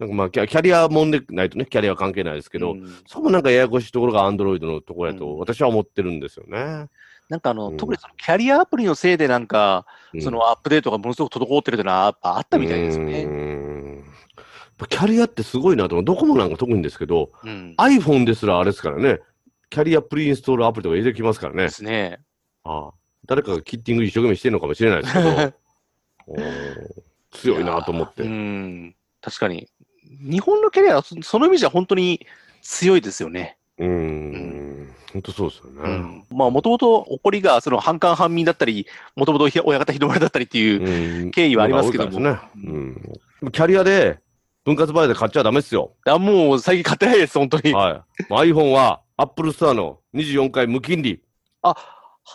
Speaker 3: うん。
Speaker 4: なんかまあ、キャキャリアもんでないとね、キャリアは関係ないですけ
Speaker 3: う
Speaker 4: ど、
Speaker 3: ん
Speaker 4: そこもなんかややこしいところがアンドロイドのところや
Speaker 3: う
Speaker 4: と
Speaker 3: ん
Speaker 4: 私は思ってるんですよね。
Speaker 3: なんかあの、
Speaker 4: うん
Speaker 3: 特にそのキャリアアプリのせいで、なんか、
Speaker 4: うん
Speaker 3: そのアップデートがものすごく滞ってるというのは、やっぱあったみたいですよ
Speaker 4: うー
Speaker 3: ね。
Speaker 4: んやっぱキャリアってすごいなと思う。ドコモなんか特にですけど、
Speaker 3: うん。
Speaker 4: iPhone ですらあれですからね、キャリアプリインストールアプリとか入れてきますからね
Speaker 3: で。すね。
Speaker 4: ああ誰かがキッティング一生懸命してるのかもしれないですけ ど、おー強いなと思っ
Speaker 3: う
Speaker 4: て。
Speaker 3: ん。確かに。日本のキャリアはそ、その意味じゃ本当に強いですよね。
Speaker 4: うーん、本当そうですよね。
Speaker 3: まあ、もともと怒りがその反感反民だったり、もともと親方ひどまれだったりっていう
Speaker 4: うん
Speaker 3: 経緯はありますけども、
Speaker 4: のが多いからですねうんでもキャリアで分割払いで買っちゃダメですよ。
Speaker 3: あもう最近買ってないです、本当に。
Speaker 4: はい。もう iPhone は Apple Store の24回無金利。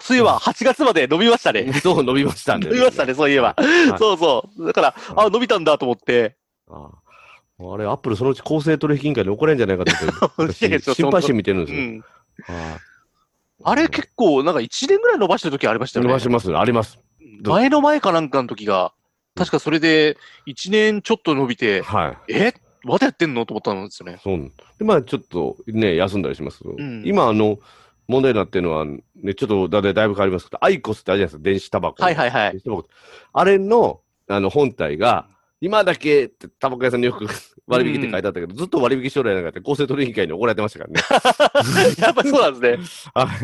Speaker 3: そういえば、8月まで伸びました ね。
Speaker 4: そう伸びましたんで
Speaker 3: 伸びましたね、そういえば。そうそう。だから、
Speaker 4: はい
Speaker 3: あ、伸びたんだと思って。
Speaker 4: ああもうあれ、アップルそのうち公正取引委員会に怒られんじゃないか と思っ
Speaker 3: いやいや
Speaker 4: て、
Speaker 3: ちょっと
Speaker 4: 心配して見てるん
Speaker 3: う
Speaker 4: ですよ。
Speaker 3: ん。
Speaker 4: はい
Speaker 3: あれ結構、なんか1年ぐらい伸ばしてる時ありましたよ
Speaker 4: 伸
Speaker 3: ね
Speaker 4: ば。します、あります。どう
Speaker 3: 前の前かなんかの時が、確かそれで1年ちょっと伸びて、
Speaker 4: はい。
Speaker 3: えまだやってんのと思ったんですよね。
Speaker 4: そうで、まあちょっとね、休んだりしますけど、
Speaker 3: ん
Speaker 4: 今、あの、問題になってるのは、ね、ちょっとだだだいぶ変わりますけど、アイコスってあるじゃないですか、電子タバコ。
Speaker 3: はいはいはい
Speaker 4: 電。子タバコあれの、あの、本体が、今だけってタバコ屋さんによく 割引って書いてあったけど、ずっと割引将来なんかって公正取引委員会に怒られてましたからね。
Speaker 3: やっぱりそうなんですね。
Speaker 4: はい。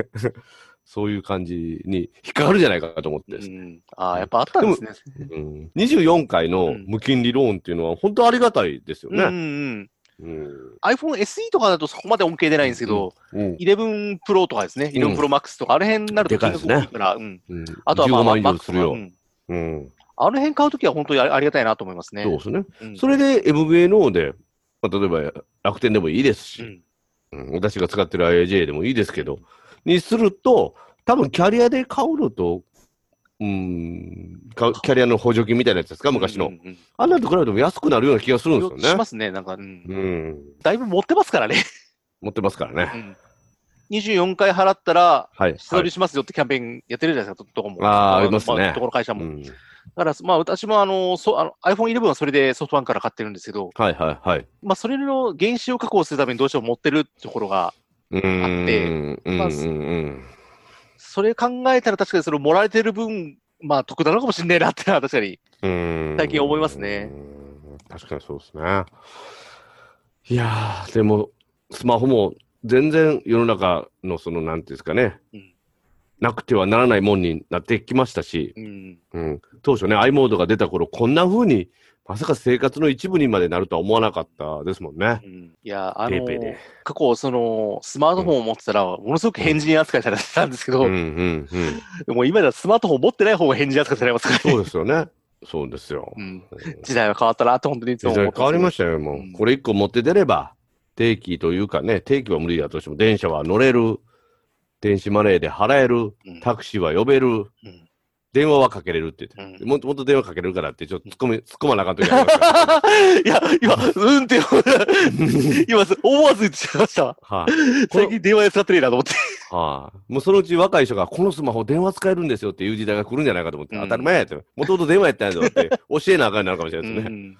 Speaker 4: そういう感じに引っかかるじゃないかと思ってですね
Speaker 3: うん、ああ、やっぱあったんですね。
Speaker 4: うん24回の無金利ローンっていうのは本当ありがたいですよ
Speaker 3: うんう
Speaker 4: ね。
Speaker 3: ん。
Speaker 4: うん。
Speaker 3: iPhone SE とかだとそこまで恩恵出ないんですけど、
Speaker 4: うん。
Speaker 3: 11 Pro とかですね、
Speaker 4: うん
Speaker 3: 11 Pro Max とか、あの辺になると
Speaker 4: でかいですね
Speaker 3: 金額大きから、うん。
Speaker 4: うん
Speaker 3: あとはまあ、
Speaker 4: 15万以上
Speaker 3: Max
Speaker 4: するよ。
Speaker 3: とかうん
Speaker 4: うん。
Speaker 3: あの辺買うときは本当にありがたいなと思いますね。
Speaker 4: そうですね。
Speaker 3: うん
Speaker 4: それで MVNO で、まあ、例えば楽天でもいいで
Speaker 3: う
Speaker 4: すし、
Speaker 3: ん
Speaker 4: うん私が使ってる IAJ でもいいですけど、にすると、多分キャリアで買うのと、うん、かキャリアの補助金みたいなやつですか、昔の。
Speaker 3: うんうん
Speaker 4: あんなのと比べても安くなるような気がするん
Speaker 3: うん
Speaker 4: ですよ
Speaker 3: し
Speaker 4: ね
Speaker 3: ま。すね、なんか、うん
Speaker 4: うん。
Speaker 3: だいぶ持ってますからね。
Speaker 4: 持ってますからね。
Speaker 3: うん、24回払ったら、
Speaker 4: はい。
Speaker 3: 下取りしますよってキャンペーンやってるじゃないですか、どこも。
Speaker 4: あー
Speaker 3: の
Speaker 4: ありますね
Speaker 3: どこの会社
Speaker 4: はい
Speaker 3: も。
Speaker 4: うん
Speaker 3: だから、まあ私もあの、そう、あの iPhone11 はそれでソフトバンクから買ってるんですけど、
Speaker 4: はいはいはい。
Speaker 3: まあそれの原資を確保するためにどうしても持ってるところが、
Speaker 4: うーん
Speaker 3: あって
Speaker 4: うん
Speaker 3: まあ
Speaker 4: うんうん
Speaker 3: それ考えたら確かにそれをもらえてる分、まあ得なのかもしれないなってのは確かに。
Speaker 4: うん
Speaker 3: 最近思いますね。
Speaker 4: うん確かにそうですね。いやー、でも、スマホも全然世の中のその、なんていうんですかね、
Speaker 3: うん
Speaker 4: なくてはならないもんになってきましたし、
Speaker 3: うん。
Speaker 4: うん、当初ね、i モードが出た頃、こんな風に、まさか生活の一部にまでなるとは思わなかったですもんね。
Speaker 3: うんいや、あ
Speaker 4: ペ
Speaker 3: の
Speaker 4: イペイで
Speaker 3: 過去、その、スマートフォンを持ってたら、ものすごく変人扱いされてたんですけど、
Speaker 4: うんうんうん、
Speaker 3: でも今ではスマートフォン持ってない方が変人扱いされますからね。
Speaker 4: そうですよね。そうで すよ。
Speaker 3: うん
Speaker 4: うん
Speaker 3: 時代は変わったなって、本当にいつも
Speaker 4: 時
Speaker 3: 思っ
Speaker 4: 代
Speaker 3: て
Speaker 4: 変わりま
Speaker 3: し
Speaker 4: したよ、もう。
Speaker 3: うん
Speaker 4: これ一個持って出れば、定期というかね、定期は無理だとしても、電車は乗れる、電子マネーで払える、
Speaker 3: うん
Speaker 4: タクシーは呼べる、
Speaker 3: うん
Speaker 4: 電話はかけれるって言って、
Speaker 3: うん
Speaker 4: もっともっと電話かけれるからって、ちょっと突っ込み、突っ込まなあかん時ありま すから、ね。
Speaker 3: いや、今、うんって、 今、思わず言ってしまいました。
Speaker 4: はい、
Speaker 3: 最近電話使ってねえなと思って。
Speaker 4: はい、もうそのうち若い人が、このスマホ電話使えるんですよっていう時代が来るんじゃないかと思って、
Speaker 3: うん
Speaker 4: 当たり前やって、もともと電話やったんやぞって、教えなあかんようになるかもしれないです
Speaker 3: う
Speaker 4: ね。
Speaker 3: ん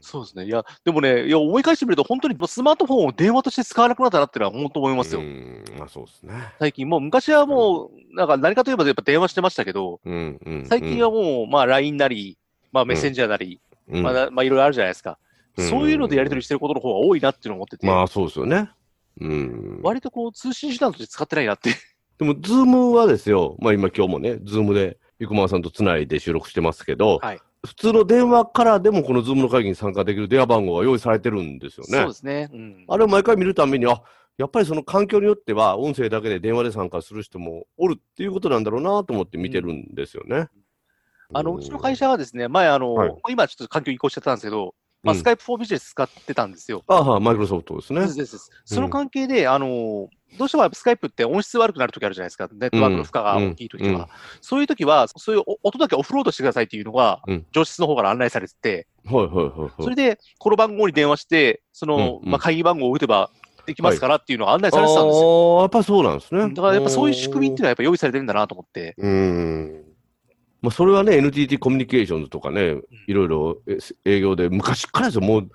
Speaker 3: そうですね。いや、でもね、いや、思い返してみると、本当にスマートフォンを電話として使わなくなったなってのは本当思いますよ。
Speaker 4: うん、まあそうですね。
Speaker 3: 最近、もう昔はもう、なんか何かといえばやっぱ電話してましたけど、
Speaker 4: うんうんうん
Speaker 3: 最近は、もう、まあ、LINE なり、まあ、メッセンジャーなり、
Speaker 4: うん
Speaker 3: まあ、なまあ、いろいろあるじゃないですか。
Speaker 4: うん
Speaker 3: そういうのでやり取りしてることの方が多いなっていうのを思ってて、
Speaker 4: まあそうですよね。うん。
Speaker 3: 割とこう、通信手段として使ってないなって。
Speaker 4: でも、ズームはですよ、まあ今今日もね、ズームで、生駒さんとつないで収録してますけど、
Speaker 3: はい
Speaker 4: 普通の電話からでもこのズームの会議に参加できる電話番号が用意されてるんですよ
Speaker 3: そう
Speaker 4: ね
Speaker 3: で。すね。うん。
Speaker 4: あれを毎回見るために、あやっぱりその環境によっては、音声だけで電話で参加する人もおるっていうことなんだろうなと思って見てるんですよね。
Speaker 3: あの、うちの会
Speaker 4: 社、
Speaker 3: 社はですね、前、あの、
Speaker 4: はい
Speaker 3: もう今ちょっと環境移行しちゃったんですけど、まあ、
Speaker 4: うん
Speaker 3: スカイプフォービジネス使ってたんですよ。
Speaker 4: あはマイクロソフトですね
Speaker 3: そうで。すそうですその関係で、あの、どうしてもやっぱスカイプって音質悪くなるときあるじゃないですか。ネットワークの負荷が大きいときと
Speaker 4: う
Speaker 3: か、
Speaker 4: んうん
Speaker 3: そういうときは、そういうお音だけオフロードしてくださいっていうのが、
Speaker 4: うん
Speaker 3: 上質の方から案内されてて、
Speaker 4: はいはいはい
Speaker 3: そ
Speaker 4: は
Speaker 3: れ。
Speaker 4: い
Speaker 3: で、この番号に電話して、その、
Speaker 4: うんうん
Speaker 3: まあ、会議番号を打てばできますからっていうのを案内されてたんですよ。
Speaker 4: あーやっぱりそうなんですね。
Speaker 3: だからやっぱそういう仕組みっていうのはやっぱ用意されてるんだなと思って。
Speaker 4: うーん。まあ、それはね、NTT コミュニケーションズとかね、いろいろえ営業で、昔からですよ、もう、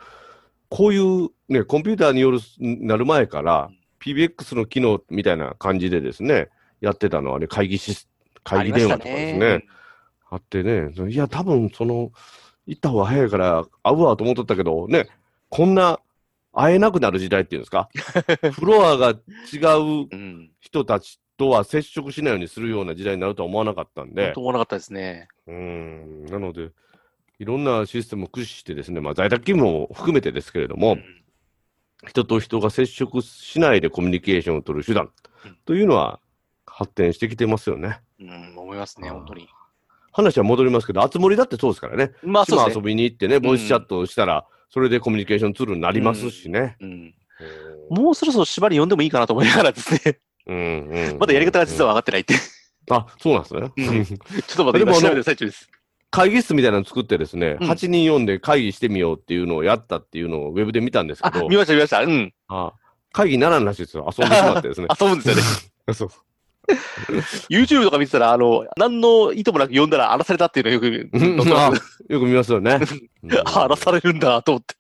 Speaker 4: こういう、ね、コンピューターによる、なる前から
Speaker 3: うん、
Speaker 4: PBX の機能みたいな感じでですね、やってたのはね、会議シス、
Speaker 3: あ
Speaker 4: 会
Speaker 3: り
Speaker 4: 議
Speaker 3: ま
Speaker 4: 電
Speaker 3: した
Speaker 4: 話とかですね、あってね、いや、多分その、行った方が早いから、会うわと思っとったけど、ね、こんな、会えなくなる時代っていうんで すかフロアが違う
Speaker 3: うん。うん。
Speaker 4: 人たちとは接触しないようにするような時代になるとは思わなかったん
Speaker 3: 本
Speaker 4: で
Speaker 3: 当、思わなかったですね。
Speaker 4: うんなので、いろんなシステムを駆使してですね、まあ、在宅勤務も含めてですけれども、
Speaker 3: うん
Speaker 4: 人と人が接触しないでコミュニケーションを取る手段
Speaker 3: うん
Speaker 4: というのは発展してきてますよね。
Speaker 3: うん、思いますね、
Speaker 4: あー
Speaker 3: 本当に。
Speaker 4: 話は戻りますけど、あつ森だってそうですからね、
Speaker 3: まあそう
Speaker 4: 島
Speaker 3: です
Speaker 4: 遊
Speaker 3: ね。
Speaker 4: びに行ってね、
Speaker 3: ん
Speaker 4: ボイスチャットをしたら、それでコミュニケーションツールになりますしね。
Speaker 3: うん、
Speaker 4: う
Speaker 3: もうそろそろ縛り読んでもいいかなと思いながらですね、
Speaker 4: んうん
Speaker 3: まだやり方が実
Speaker 4: は。
Speaker 3: は分かってないって、
Speaker 4: あ、そうなんですね。
Speaker 3: うんちょっとまだ
Speaker 4: でも
Speaker 3: 今
Speaker 4: あ
Speaker 3: 調べ
Speaker 4: の
Speaker 3: てる最中です。
Speaker 4: 会議室みたいなの作ってですね、
Speaker 3: うん
Speaker 4: 8人読んで会議してみようっていうのをやったっていうのをウェブで見たんですけ
Speaker 3: あ
Speaker 4: ど、、
Speaker 3: 見ました、見ました。うん。
Speaker 4: あ会議にならんらしいですよ。遊んでしまっ
Speaker 3: 。
Speaker 4: てですね
Speaker 3: 遊ぶんですよね。
Speaker 4: そう
Speaker 3: YouTube とか見てたら、あの、何の意図もなく読んだら荒らされたっていうのをよく
Speaker 4: うん
Speaker 3: 載って
Speaker 4: あ
Speaker 3: ま
Speaker 4: よく見ますよ ね。うん
Speaker 3: す、 荒らされるんだと思って。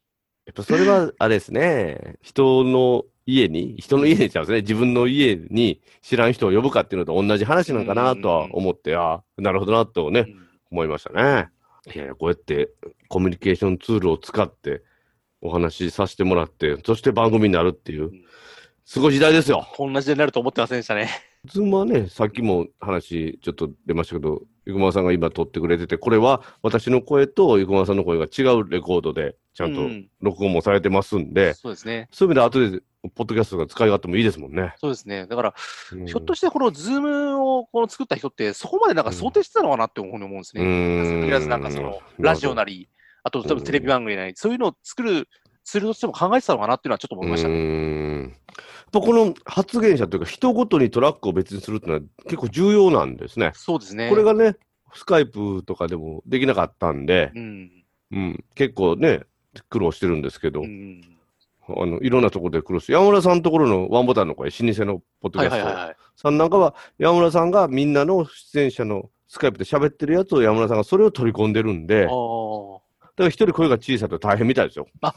Speaker 4: やっぱそれは、あれですね、人の家に、人の家にちゃうんですね、自分の家に知らん人を呼ぶかっていうのと同じ話なんかなとは思って、あなるほどなとね、思いましたね。いやいや、こうやってコミュニケーションツールを使ってお話しさせてもらって、そして番組になるっていう、すごい時代ですよ。
Speaker 3: こんな時代になると思ってませんでしたね。
Speaker 4: ズームはね、さっきも話ちょっと出ましたけど、生駒さんが今撮ってくれてて、これは私の声と生駒さんの声が違うレコードで、ちゃん
Speaker 3: う
Speaker 4: と
Speaker 3: ん
Speaker 4: 録音もされてますんで、
Speaker 3: そうですね。
Speaker 4: そういう意味で後で、ポッドキャストが使い勝手もいいですもんね。
Speaker 3: そうですね。だから、
Speaker 4: うん
Speaker 3: ひょっとしてこの Zoom をこの作った人って、そこまでなんか想定してたのかなって思うふうに思うんですね。とりあえずなんかその、ラジオなり、あと多分テレビ番組なり、そういうのを作るツールとしても考えてたのかなっていうのはちょっと思いました
Speaker 4: う
Speaker 3: ね。
Speaker 4: ーんやっぱこの発言者というか、人ごとにトラックを別にするっていうのは結構重要なんですね。
Speaker 3: そうですね。
Speaker 4: これがね、スカイプとかでもできなかったんで
Speaker 3: う、ん。
Speaker 4: うん、結構ね、苦労してるんですけど、
Speaker 3: うん。
Speaker 4: あの、いろんなところで苦労して、山村さんのところのワンボタンの声、老舗のポッド
Speaker 3: は
Speaker 4: キ
Speaker 3: い
Speaker 4: ャ
Speaker 3: はい
Speaker 4: ス
Speaker 3: はい
Speaker 4: ト
Speaker 3: はい。
Speaker 4: さんなんかは、山村さんがみんなの出演者のスカイプで喋ってるやつを山村さんがそれを取り込んでるんで、だ
Speaker 3: あ
Speaker 4: か
Speaker 3: ー
Speaker 4: ら一人声が小さいと大変みたいですよ。
Speaker 3: やっ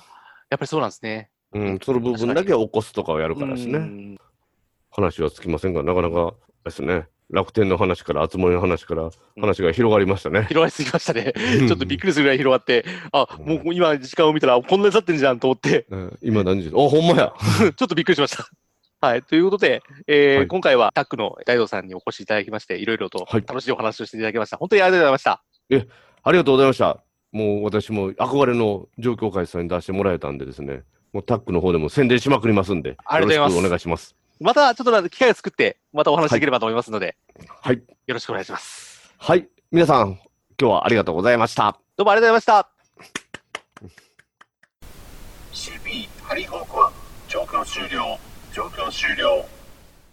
Speaker 3: ぱりそうなんですね。
Speaker 4: うん、その部分だけ起こすとかをやるからです
Speaker 3: う
Speaker 4: ね。
Speaker 3: ん
Speaker 4: 話はつきませんが、なかなかですね、楽天の話から、熱盛の話から、
Speaker 3: ん
Speaker 4: 話が広がりましたね。
Speaker 3: 広がりすぎましたね。
Speaker 4: ち
Speaker 3: ちょっとびっくりするぐらい広がって、あ、もう今時間を見たらこんなに経ってんじゃんと思って、
Speaker 4: うん今何時あ、ほんまや。
Speaker 3: ちょっとびっくりしました。 はい。ということで、えー
Speaker 4: はい
Speaker 3: 今回はタックの大道さんにお越しいただきまして、いろいろと
Speaker 4: はい
Speaker 3: 楽しいお話をしていただきました。本当にありがとうございました。
Speaker 4: ありがとうございました。もう私も憧れの状況会さんに出してもらえたんでですね、もうタックの方でも宣伝しまくりますんで、
Speaker 3: ありがとうございます
Speaker 4: よろしくお願いします。
Speaker 3: またちょっと機会を作って、またお話しできればと思いますので、
Speaker 4: はい。
Speaker 3: よろしくお願いします。
Speaker 4: はい。皆さん、今日はありがとうございました。
Speaker 3: どうもありがとうございました。
Speaker 2: CP ハリーホークは状況終了状況終了